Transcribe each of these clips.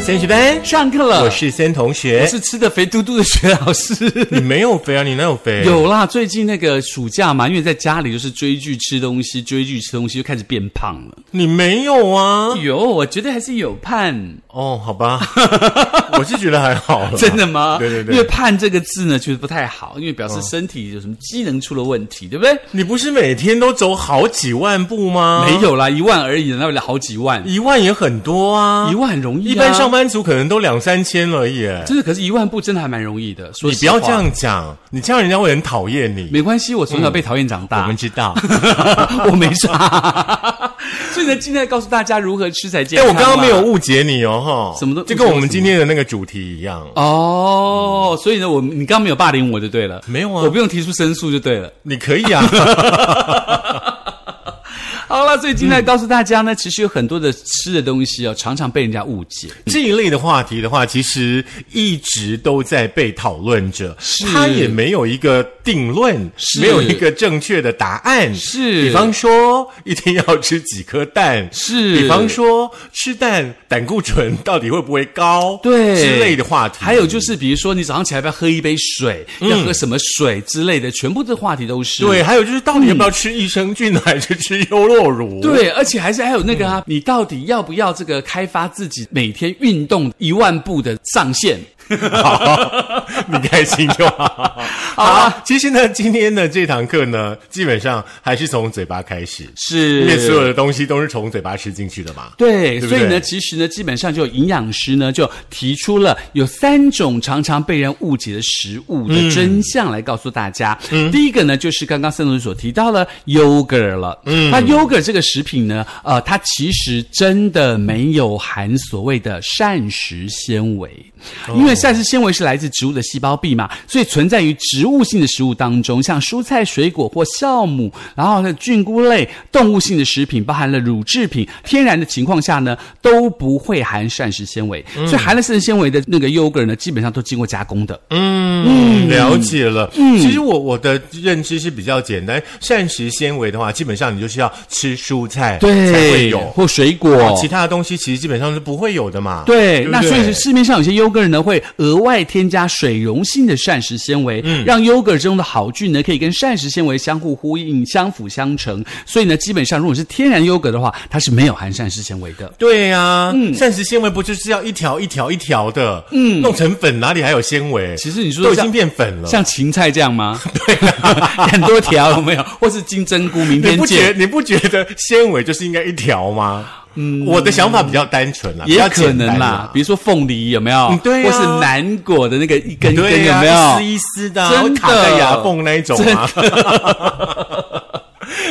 三学班，上课了，我是森同学我。是吃的肥嘟嘟的学老师。你没有肥啊？你哪有肥？ 有啦，最近那个暑假嘛，因为在家里就是追剧、吃东西，追剧、吃东西，就开始变胖了。你没有啊？有，我觉得还是有 盼，哦，好吧，我是觉得还好啦真的吗？ 对对哦因为对，盼这个字呢，觉得不太好，因为表示身体有什么机能出了问题，对不对？你不是每天都走好几万步吗？没有啦，一万而已，那有好几万，一万也很多啊，一万很容易、啊。一般上班族可能都两三千而已耶。真的，可是一万步真的还蛮容易的。说你不要这，样讲，你这样人家会很讨厌你。没关系，我从小被讨厌长我大，们知 道。我没差。 所以呢，今天要告诉大家如何吃才健哎，康我啦。刚刚没有误解你哦，哈，什么都就跟我们今天的那个主题一样。哦，所以呢，我你刚刚没有霸凌我就对了，没有啊我不用提出申诉就对了。你可以啊，好了，所以今天来告诉大家呢，其实有很多的吃的东西哦，常常被人家误解。这一类的话题的话，其实一直都在被讨论着，是它也没有一个定论，是没有一个正确的答案。是比方说一天要吃几颗蛋，是比方说吃蛋胆固醇到底会不会高，对之类的话题。还有就是，比如说你早上起来要不要喝一杯水，要喝什么水之类的，全部的话题都是嗯对，。还有就是到底要不要吃益生菌还是吃优酪乳？。嗯对，而且还是还有那个啊，你到底要不要这个开发自己每天运动一万步的上限？ 好，你开心就 好。好啊，其实呢，今天的这堂课呢，基本上还是从嘴巴开始，是因为所有的东西都是从嘴巴吃进去的嘛。对，对不所以对呢，其实呢，基本上就有营养师呢就提出了有三种常常被人误解的食物的真相来告诉大家。第一个呢，就是刚刚森总所提到了 yogurt 了。嗯，那 yogurt 这个食品呢，呃，它其实真的没有含所谓的膳食纤维，因为膳食纤维是来自植物的细胞壁嘛，所以存在于植物性的食物当中，像蔬菜、水果或酵母，然后呢菌菇类、动物性的食品，包含了乳制品，天然的情况下呢都不会含膳食纤维，嗯所以含了膳食纤维的那个 yogurt 呢，基本上都经过加工的。嗯，了解了。嗯，其实我我的认知是比较简单，膳食纤维的话，基本上你就是要吃蔬菜才会有，或水啊果。其他的东西其实基本上是不会有的嘛。对，不那所以市面上有些 yogurt 呢会额外添加水溶性的膳食纤维，嗯让 yogurt 中的好菌呢可以跟膳食纤维相互呼应、相辅相成。所以呢，基本上如果是天然 yogurt 的话，它是没有含膳食纤维的。对呀、嗯膳食纤维不就是要一条一条一条的，嗯，弄成粉哪里还有纤维？其实你说都已像经变粉了。像芹菜这 样吗？对、 很多条有没有？或是金针菇？明你天啊不觉见。你不觉得纤维就是应该一条吗？嗯，我的想法比较单纯啦，比也较有可简单能啦，比如说凤梨有没有？嗯对啊或是南果的那个一根根对有呀、没一有？丝一丝的啊、真会的卡在牙缝那一种啊。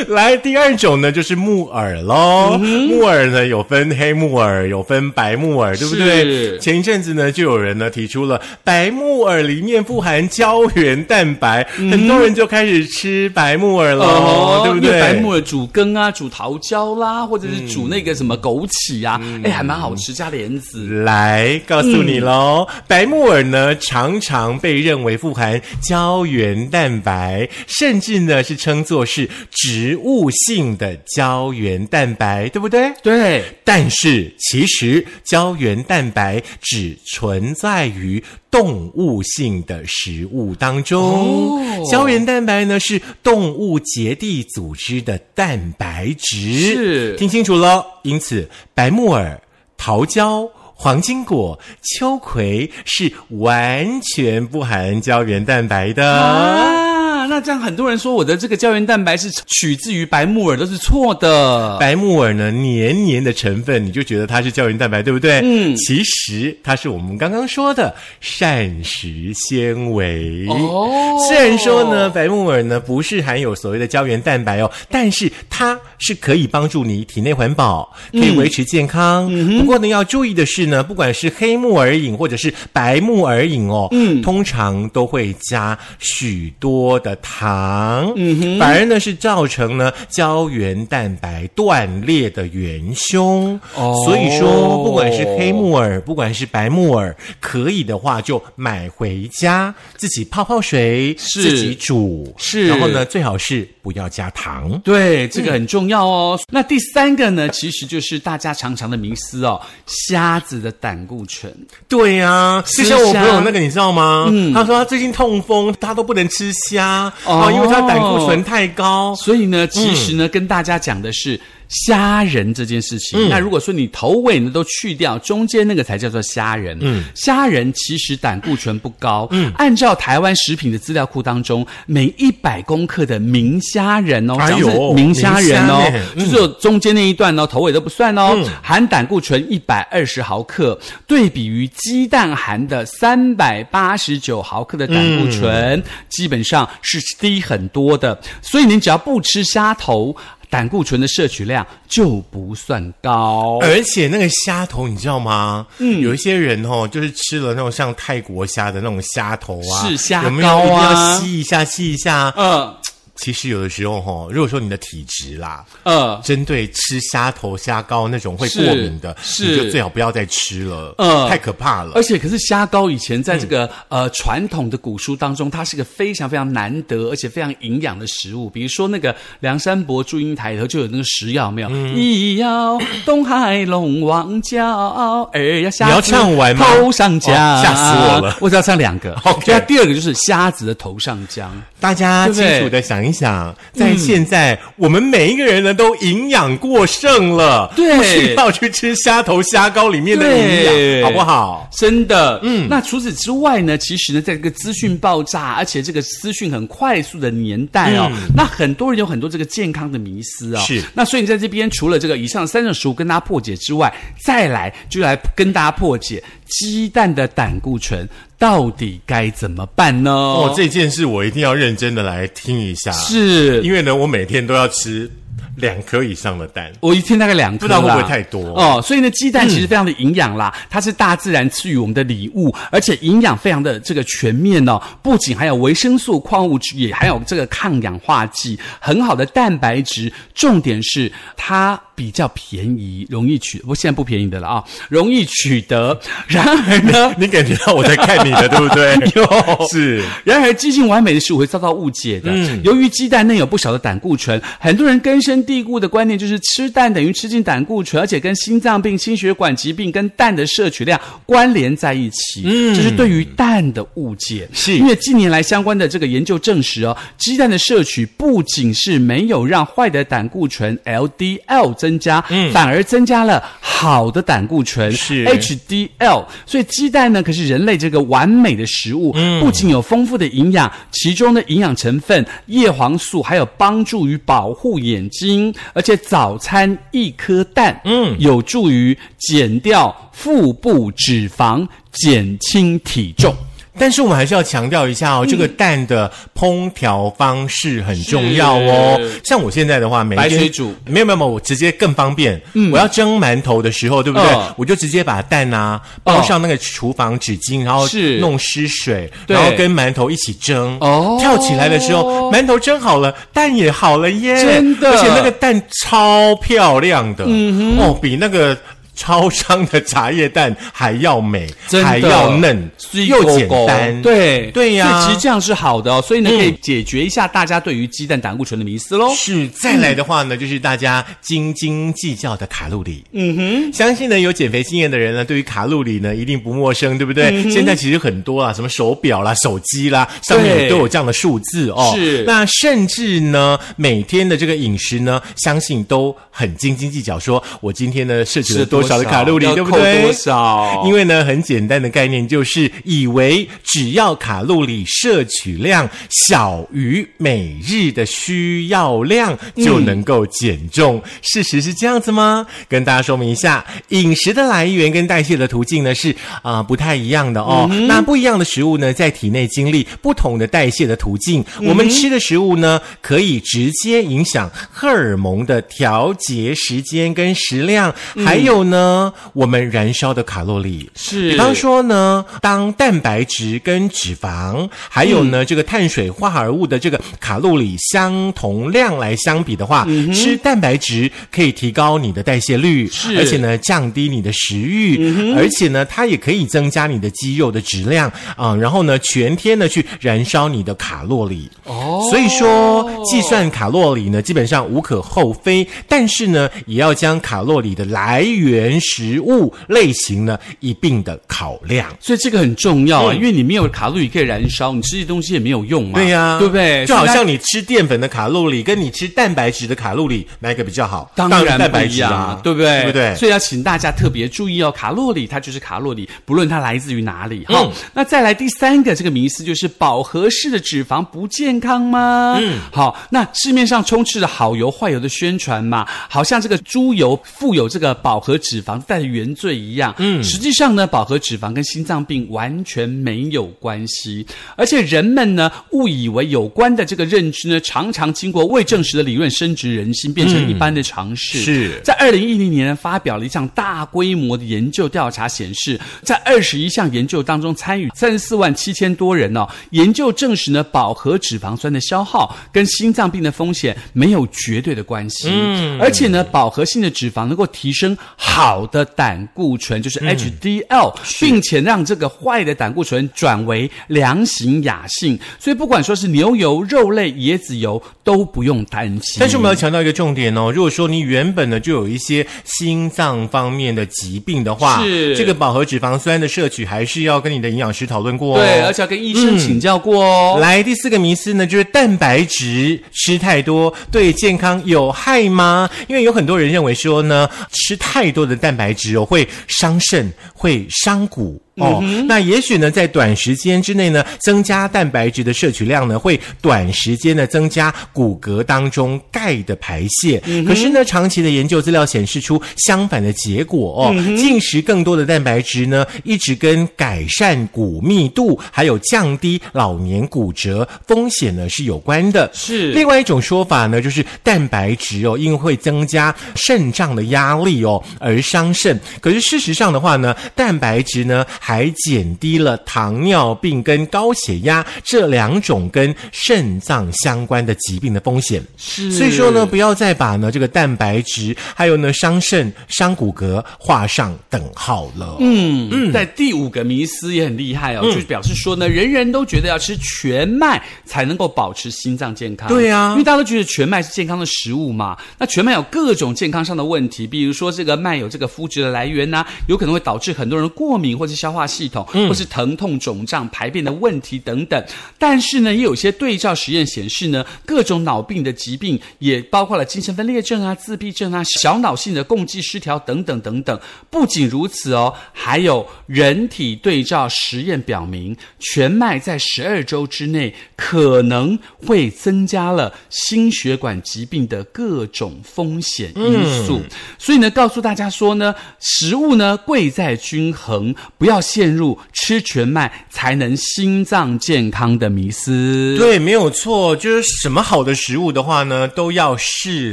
来，第二种呢就是木耳嗯喽。木耳呢有分黑木耳，有分白木耳，对不对？是前一阵子呢就有人呢提出了白木耳里面富含胶原蛋白，很多人就开始吃白木耳喽，对不因对？嗯为哦白木耳煮羹啊，煮桃胶啦，或者是煮那个什么枸杞啊，哎、还蛮好吃，加莲嗯子。来告诉你喽，白木耳呢常常被认为富含胶原蛋白，甚至呢是称作是植物性的胶原蛋白，对不对？对，但是其实胶原蛋白只存在于动物性的食物当中。哦胶原蛋白呢是动物结缔组织的蛋白质，是听清楚了。因此，白木耳、桃胶。黄金果、秋葵是完全不含胶原蛋白的。啊，那这样很多人说我的这个胶原蛋白是取自于白木耳，都是错的。白木耳呢，黏黏的成分，你就觉得它是胶原蛋白，对不对？嗯，其实它是我们刚刚说的膳食纤维。哦虽然说呢，白木耳呢不是含有所谓的胶原蛋白哦，但是它是可以帮助你体内环保，可以维持健康。不过呢，要注意的是呢，不管是黑木耳饮或者是白木耳饮哦，嗯，通常都会加许多的糖，嗯哼，反而呢是造成呢胶原蛋白断裂的元凶。哦所以说，不管是黑木耳，不管是白木耳，可以的话就买回家自己泡泡水，是自己煮，是然后呢，最好是不要加糖。对，这个很重要哦。那第三个呢，其实就是大家常常的迷思哦，虾子的胆固醇。对呀、就吃像我虾朋友那个，你知道吗？他说他最近痛风，他都不能吃虾嗯哦啊，因为他胆固醇太高。所以呢，其实嗯呢，跟大家讲的是虾仁这件事情。那如果说你头尾呢都去掉，中间那个才叫做虾仁。嗯，虾仁其实胆固醇不高。嗯，按照台湾食品的资料库当中，每一百公克的明虾仁哦，哎讲的是呦明虾仁哦明虾欸，就是有中间那一段哦，头尾都不算哦，含胆固醇一百二十毫克，对比于鸡蛋含的三百八十九毫克的胆固醇，基本上是低很多的。所以您只要不吃虾头，胆固醇的摄取量就不算高。而且那个虾头，你知道吗？嗯，有一些人哦，就是吃了那种像泰国虾的那种虾头啊，是虾膏啊有没有一定要吸一下，吸一下。呃其实有的时候哦，如果说你的体质啦，呃针对吃虾头、虾膏那种会过敏的，是你是就最好不要再吃了，嗯太可怕了。嗯而且，可是虾膏以前在这个、呃传统的古书当中，它是个非常非常难得而且非常营养的食物。比如说那个梁山伯祝英台里头就有那个食药，有没有？嗯一要东海龙王叫，二要虾你子要唱完吗头上浆、哦吓死我了！我只要唱两个， OK 就要第二个就是虾子的头上浆。大家对不清对楚的想一想，在现在、我们每一个人呢都营养过剩了，对不需要去吃虾头虾膏里面的营对养，好不好？真的，嗯，那除此之外呢？其实呢，在这个资讯爆炸，而且这个资讯很快速的年代哦，那很多人有很多这个健康的迷思哦。是那所以你在这边除了这个以上三种食物跟大家破解之外，再来就来跟大家破解鸡蛋的胆固醇到底该怎么办呢？哦哦，这件事我一定要认真的来听一下，是因为呢，我每天都要吃两颗以上的蛋。我一天大概两颗啦，不知道会不会太多哦。所以呢，鸡蛋其实非常的营养啦，它是大自然赐予我们的礼物，而且营养非常的这个全面哦，不仅含有维生素、矿物质，也含有这个抗氧化剂，很好的蛋白质。重点是它比较便宜，容易取，不现在不便宜的了啊、容易取得。然而呢，你感觉到我在看你的，对不对？ 有是然而，接近完美的食物会遭到误解的。由于鸡蛋内有不少的胆固醇，很多人根深蒂固的观念就是吃蛋等于吃进胆固醇，而且跟心脏病、心血管疾病跟蛋的摄取量关联在一起。嗯，这是对于蛋的误解。是因为近年来相关的这个研究证实哦，鸡蛋的摄取不仅是没有让坏的胆固醇 LDL 增加，反而增加了好的胆固醇是 HDL，所以鸡蛋呢，可是人类这个完美的食物，不仅有丰富的营养，其中的营养成分叶黄素还有帮助于保护眼睛，而且早餐一颗蛋，嗯，有助于减掉腹部脂肪，减轻体重。但是我们还是要强调一嗯下哦，这个蛋的烹调方式很重要哦是。像我现在的话，每一天白水煮没有没有没有，我直接更方便。我要蒸馒头的时候，对不对嗯？我就直接把蛋啊包上那个厨房纸巾，然后是弄湿水，对然后跟馒头一起蒸。哦跳起来的时候，馒头蒸好了，蛋也好了耶！真的嗯而且那个蛋超漂亮的，哦，比那个。超商的茶叶蛋还要美，真的还要嫩，水又狗简狗单，对对呀所以其实这样是好的、哦，所以呢嗯可以解决一下大家对于鸡蛋胆固醇的迷思喽。是，再来的话呢，就是大家斤斤计较的卡路里。嗯哼，相信呢有减肥经验的人呢，对于卡路里呢一定不陌生，对不对？现在其实很多啊，什么手表啦、手机啦，上面对都有这样的数字哦。是那甚至呢，每天的这个饮食呢，相信都很斤斤计较，说我今天呢摄取了吃多多少的卡路里，少对不要扣对？多少因为呢，很简单的概念就是，以为只要卡路里摄取量小于每日的需要量，就能够减重。事实是这样子吗？跟大家说明一下，饮食的来源跟代谢的途径呢是啊、不太一样的哦。那不一样的食物呢，在体内经历不同的代谢的途径。我们吃的食物呢，可以直接影响荷尔蒙的调节时间跟食量，还有呢。呢我们燃烧的卡路里。是比方说呢，当蛋白质跟脂肪，还有嗯呢、这个碳水化合物的这个卡路里相同量来相比的话，嗯吃蛋白质可以提高你的代谢率，是嗯而且呢降低你的食欲，而且呢它也可以增加你的肌肉的质量啊、然后呢全天呢去燃烧你的卡路里。哦所以说计算卡路里呢，基本上无可厚非，但是呢，也要将卡路里的来源、食物类型呢一并的考量。所以这个很重要啊，嗯因为你没有卡路里可以燃烧，你吃这些东西也没有用嘛。对呀、对不对？就好所以它像你吃淀粉的卡路里，跟你吃蛋白质的卡路里，哪一个比较好？当然然蛋不白一质样，啊，对不对？对不对？所以要请大家特别注意哦，卡路里它就是卡路里，不论它来自于哪里。好，嗯那再来第三个这个迷思就是饱和式的脂肪不健康吗？嗯，好，那市面上充斥着好油坏油的宣传嘛，好像这个猪油富有这个饱和脂肪带着原罪一样。嗯，实际上呢，饱和脂肪跟心脏病完全没有关系，而且人们呢误以为有关的这个认知呢，常常经过未证实的理论深植人心，变成一般的常识。嗯是在二零一零年发表了一项大规模的研究调查，显示在二十一项研究当中，参与三十四万七千多人哦，研究证实呢，饱和脂肪酸的消耗跟心脏病的风险没有绝对的关系。嗯，而且呢，饱和性的脂肪能够提升好的胆固醇，就是嗯 HDL，、并且让这个坏的胆固醇转为良性亚性。所以不管说是牛油、肉类、椰子油都不用担心。但是我们要强调一个重点哦，如果说你原本呢就有一些心脏方面的疾病的话，是这个饱和脂肪酸的摄取还是要跟你的营养师讨论过哦。嗯对，而且要跟医生请教过哦。来，第四个迷思呢，就是蛋白质吃太多对健康有害吗？因为有很多人认为说呢，吃太多的蛋白质哦会伤肾，会伤骨。哦，那也许呢，在短时间之内呢，增加蛋白质的摄取量呢，会短时间的增加骨骼当中钙的排泄。可是呢，长期的研究资料显示出相反的结果哦，进食更多的蛋白质呢，一直跟改善骨密度还有降低老年骨折风险呢是有关的。是另外一种说法呢，就是蛋白质哦，因为会增加肾脏的压力哦，而伤肾。可是事实上的话呢，蛋白质呢还减低了糖尿病跟高血压这两种跟肾脏相关的疾病的风险。是所以说呢，不要再把呢这个蛋白质，还有呢伤肾、伤骨骼画上等号了。嗯，嗯，在第五个迷思也很厉害哦，就是表示说呢，人人都觉得要吃全麦才能够保持心脏健康。对啊因为大家都觉得全麦是健康的食物嘛。那全麦有各种健康上的问题，比如说这个麦有这个麸质的来源呐、啊有可能会导致很多人过敏或是消化系统，或是疼痛、肿胀、排便的问题等等。但是呢，也有一些对照实验显示呢，各种脑病的疾病也包括了精神分裂症啊、自闭症啊、小脑性的共济失调等等等等。不仅如此哦，还有人体对照实验表明，全麦在十二周之内可能会增加了心血管疾病的各种风险因嗯素。所以呢，告诉大家说呢，食物呢贵在均衡，不要陷入吃全麦才能心脏健康的迷思。。对，没有错，就是什么好的食物的话呢，都要适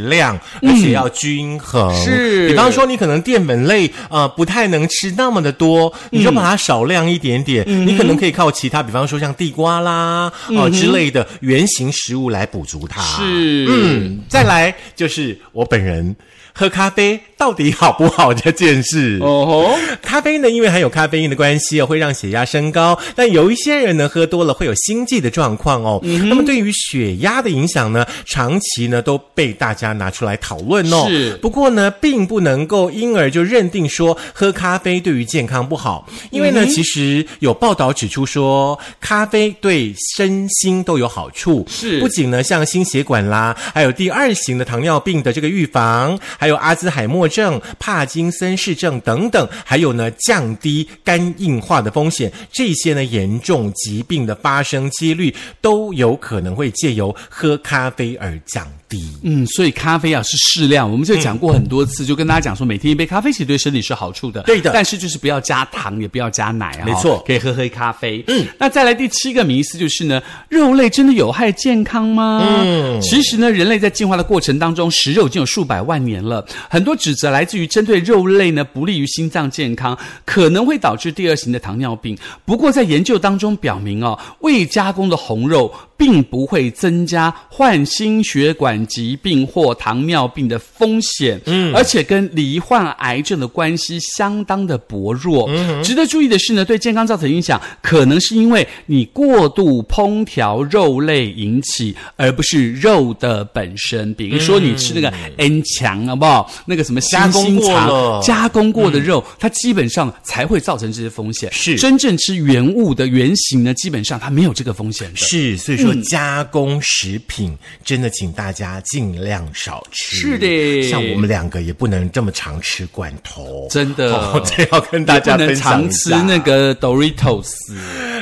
量，而且要均衡。嗯是比方说你可能淀粉类呃不太能吃那么的多，你就把它少量一点点。嗯你可能可以靠其他，比方说像地瓜啦呃之类的原型食物来补足它。。是，嗯，再来就是我本人喝咖啡到底好不好这件事。哦吼， 咖啡呢，因为含有咖啡因的关系哦，会让血压升高。但有一些人呢，喝多了会有心悸的状况哦。那么对于血压的影响呢，长期呢都被大家拿出来讨论哦。是不过呢，并不能够因而就认定说喝咖啡对于健康不好，因为呢，其实有报道指出说，咖啡对身心都有好处。是不仅呢像心血管啦，还有第二型的糖尿病的这个预防，还有阿兹海默症、帕金森氏症等等，还有呢降低肝硬化的风险，这些呢严重疾病的发生几率都有可能会借由喝咖啡而降低。嗯，所以咖啡啊是适量，我们就讲过很多次，就跟大家讲说，每天一杯咖啡其实对身体是好处的，嗯对的但是就是不要加糖，也不要加奶啊，没错可以喝喝咖啡。嗯，那再来第七个迷思就是呢，肉类真的有害健康吗？嗯，其实呢，人类在进化的过程当中，食肉已经有数百万年了，很多指责来自于针对肉类呢不利于心脏健康，可能会导致第二型的糖尿病。不过在研究当中表明哦，未加工的红肉并不会增加患心血管疾病或糖尿病的风险，嗯，而且跟罹患癌症的关系相当的薄弱。嗯、值得注意的是呢，对健康造成影响，可能是因为你过度烹调肉类引起，而不是肉的本身。比如说你吃那个 N 强，好不好？那个什么新加工心过了肠加工过的肉，它基本上才会造成这些风险。是真正吃原物的原型呢，基本上它没有这个风险的。是，所以说嗯加工食品、真的，请大家尽量少吃。是的像我们两个也不能这么常吃罐头，真的哦这要跟大家也不能分享常一吃下那个 Doritos。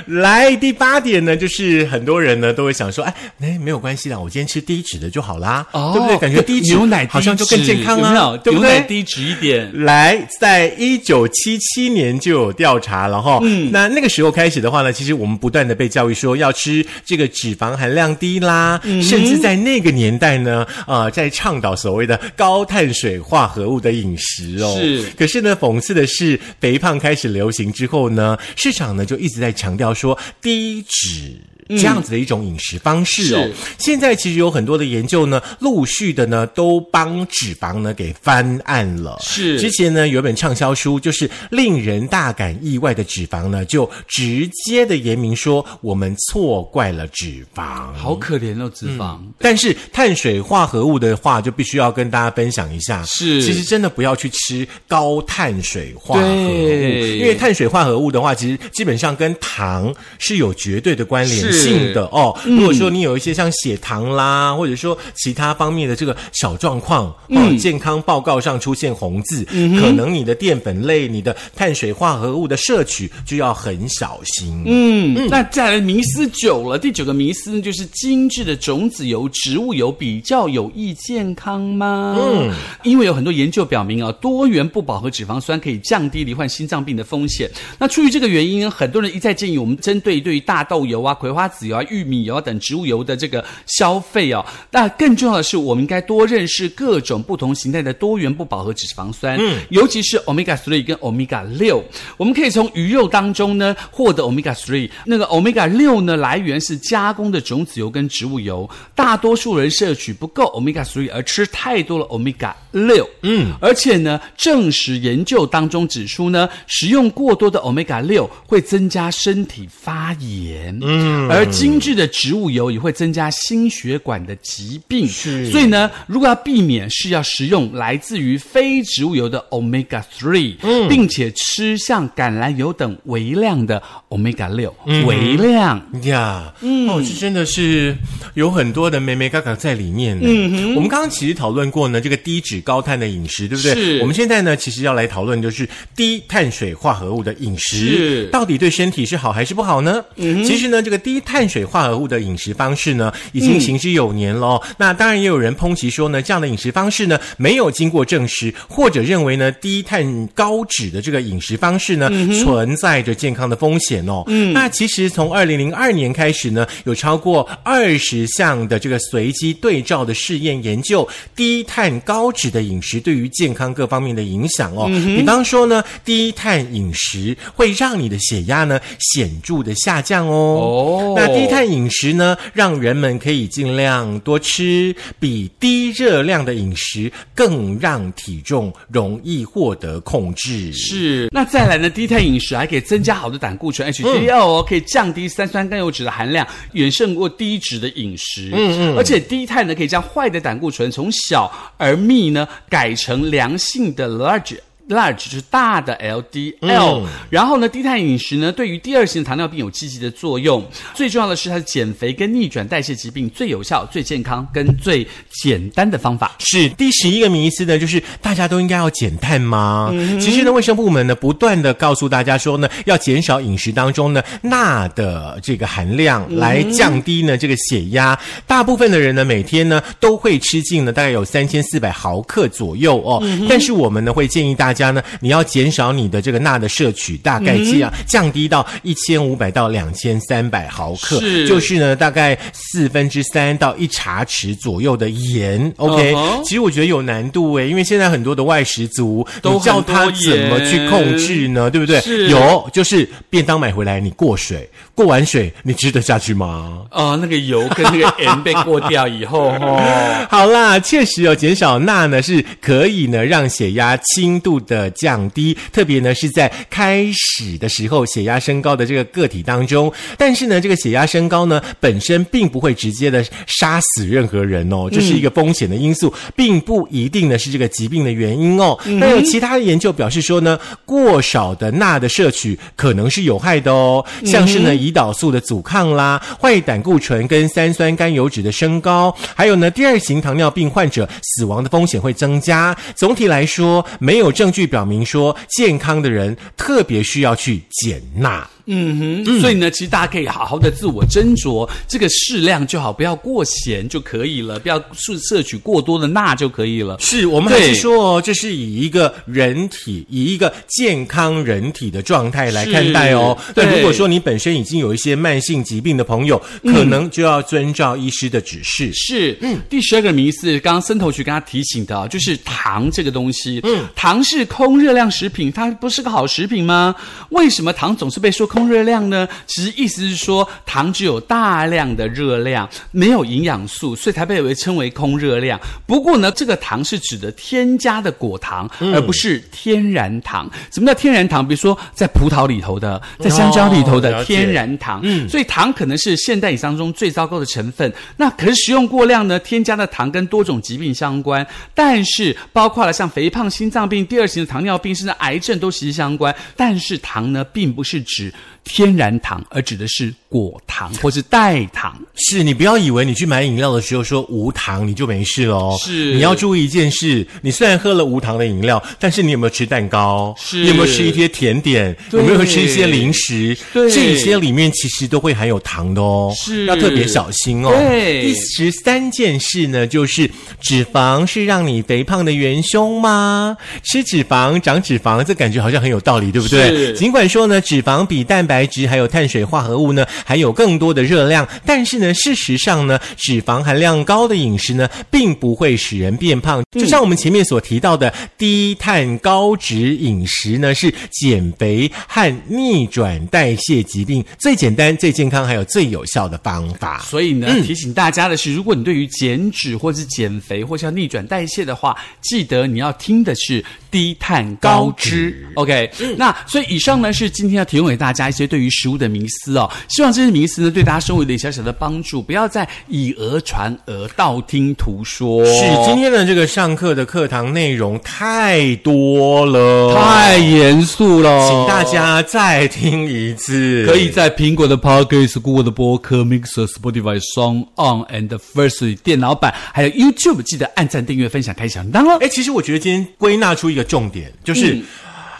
来第八点呢，就是很多人呢都会想说，哎，哎，没有关系啦，我今天吃低脂的就好啦，对不对？感觉哦低脂哦牛奶好像就更健康低脂有没啊有，对不嗯牛奶对？低脂一点。来，在一九七七年就有调查了哈。嗯，那那个时候开始的话呢，其实我们不断的被教育说要吃这个脂肪含量低啦，嗯甚至在那个年代呢，呃，在倡导所谓的高碳水化合物的饮食哦。是可是呢，讽刺的是，肥胖开始流行之后呢，市场呢就一直在强调说低脂。这样子的一种饮食方式哦是，现在其实有很多的研究呢，陆续的呢都帮脂肪呢给翻案了。是之前呢有本畅销书，就是令人大感意外的脂肪呢，就直接的言明说我们错怪了脂肪。好可怜哦，脂肪。但是碳水化合物的话，就必须要跟大家分享一下。是其实真的不要去吃高碳水化合物，对因为碳水化合物的话，其实基本上跟糖是有绝对的关联性的哦。嗯如果说你有一些像血糖啦，或者说其他方面的这个小状况，哦，嗯健康报告上出现红字，可能你的淀粉类、你的碳水化合物的摄取就要很小心。嗯，那再来迷思九了，第九个迷思呢就是精致的种子油、植物油比较有益健康吗？嗯，因为有很多研究表明啊，多元不饱和脂肪酸可以降低罹患心脏病的风险。那出于这个原因呢，很多人一再建议我们针对对于大豆油啊、葵花籽油啊、玉米油啊等植物油的这个消费哦、那更重要的是，我们应该多认识各种不同形态的多元不饱和脂肪酸，嗯，尤其是 omega three 跟 omega 六，我们可以从鱼肉当中呢获得 omega three。那个 omega 六呢，来源是加工的种子油跟植物油。大多数人摄取不够 omega three，而吃太多了 omega 六。嗯，而且呢，证实研究当中指出呢，食用过多的 omega 六会增加身体发炎。嗯，而精致的植物油也会增加心血管的疾病。是所以呢，如果要避免，是要食用来自于非植物油的 omega three，、并且吃像橄榄油等微量的 omega 六、微量。呀，哦，这真的是有很多的美美嘎嘎在里面呢。嗯我们刚刚其实讨论过呢，这个低脂高碳的饮食，对不对？是我们现在呢，其实要来讨论就是低碳水化合物的饮食是，到底对身体是好还是不好呢？嗯，其实呢，这个低碳水化合物的饮食方式呢，已经行之有年了哦、那当然也有人抨击说呢，这样的饮食方式呢，没有经过证实，或者认为呢，低碳高脂的这个饮食方式呢，存在着健康的风险哦。嗯，那其实从二零零二年开始呢，有超过二十项的这个随机对照的试验研究，低碳高脂的饮食对于健康各方面的影响哦。比方说呢，低碳饮食会让你的血压呢显著的下降哦。哦那低碳饮食呢，让人们可以尽量多吃比低热量的饮食更让体重容易获得控制。是，那再来呢？低碳饮食还可以增加好的胆固醇 HDL 哦，可以降低三酸甘油脂的含量，远胜过低脂的饮食。嗯嗯，而且低碳呢，可以将坏的胆固醇从小而密呢改成良性的 large。 large 就是大的 LDL，、然后呢，低碳饮食呢，对于第二型糖尿病有积极的作用。最重要的是，它是减肥跟逆转代谢疾病最有效、最健康跟最简单的方法。是第十一个迷思呢，就是大家都应该要减碳吗？其实呢，卫生部门呢不断的告诉大家说呢，要减少饮食当中呢钠的这个含量，来降低呢这个血压。大部分的人呢，每天呢都会吃进呢大概有三千四百毫克左右哦。但是我们呢会建议大家呢，你要减少你的这个钠的摄取，大概降、降低到一千五百到两千三百毫克，是就是呢大概四分之三到一茶匙左右的盐。OK，、嗯哼其实我觉得有难度诶，因为现在很多的外食族，都你很叫他多怎么去盐控制呢？对不对？是有，就是便当买回来你过水，过完水你吃得下去吗？ 哦，那个油跟那个盐被过掉以后，哦， 好啦，确实哦，减少钠呢是可以呢让血压轻度的降低，特别呢是在开始的时候血压升高的这个个体当中。但是呢，这个血压升高呢本身并不会直接的杀死任何人哦，这是一个风险的因素，并不一定呢是这个疾病的原因哦。那有其他的研究表示说呢，过少的钠的摄取可能是有害的哦，像是呢胰岛素的阻抗啦、坏胆固醇跟三酸甘油脂的升高，还有呢第二型糖尿病患者死亡的风险会增加。总体来说，没有证据表明说健康的人特别需要去减钠。嗯哼，所以呢，其实大家可以好好的自我斟酌，这个适量就好，不要过咸就可以了，不要摄摄取过多的钠就可以了。是我们还对是说哦，这是以一个人体，以一个健康人体的状态来看待哦。是那对如果说你本身已经有一些慢性疾病的朋友，可能就要遵照医师的指示。是，嗯，第十二个迷思，刚刚森头去跟他提醒的啊，就是糖这个东西，嗯，糖是空热量食品，它不是个好食品吗？为什么糖总是被说空热量呢？其实意思是说，糖只有大量的热量，没有营养素，所以才被称为空热量。不过呢，这个糖是指的添加的果糖，而不是天然糖。什么叫天然糖？比如说在葡萄里头的，在香蕉里头哦的了解天然。含糖，嗯，所以糖可能是现代饮食当中最糟糕的成分。那可是食用过量呢，添加的糖跟多种疾病相关，但是包括了像肥胖、心脏病、第二型的糖尿病，甚至癌症都息息相关。但是糖呢，并不是指天然糖，而指的是果糖或是代糖。是你不要以为你去买饮料的时候说无糖你就没事喽。是你要注意一件事，你虽然喝了无糖的饮料，但是你有没有吃蛋糕？是你有没有吃一些甜点？对有没有吃一些零食？对这些里面其实都会含有糖的哦，是要特别小心哦。对第十三件事呢，就是脂肪是让你肥胖的元凶吗？吃脂肪长脂肪，这感觉好像很有道理，对不对？是尽管说呢，脂肪比蛋白质还有碳水化合物呢还有更多的热量，但是呢，事实上呢，脂肪含量高的饮食呢，并不会使人变胖。就像我们前面所提到的，低碳高脂饮食呢，是减肥和逆转代谢疾病最简单、最健康还有最有效的方法。所以呢，嗯提醒大家的是，如果你对于减脂或是减肥或是要逆转代谢的话，记得你要听的是低碳高脂。OK，、那嗯所以以上呢是今天要提供给大家一些对于食物的迷思哦，希望这些迷思呢对大家生活有点小小的帮助，不要再以讹传讹、道听途说。是今天的这个上课的课堂内容太多了，太严肃了，请大。家再听一次，可以在苹果的 Podcast、Google 的播客、Mixer、Spotify、Song On and Firstly 电脑版，还有 YouTube，记得按赞、订阅、分享、开小铃铛哦。哎、其实我觉得今天归纳出一个重点，就是。嗯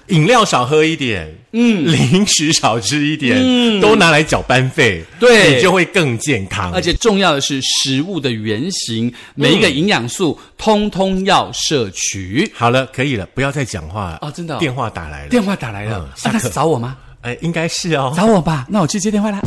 饮料少喝一点，嗯，零食少吃一点，嗯，都拿来缴班费，对你就会更健康。而且重要的是，食物的原型，每一个营养素通通要摄取。好了，可以了，不要再讲话了哦真的哦嗯电话打来了，电话打来了，下啊课那是找我吗？哎，应该是哦，找我吧，那我去接电话啦。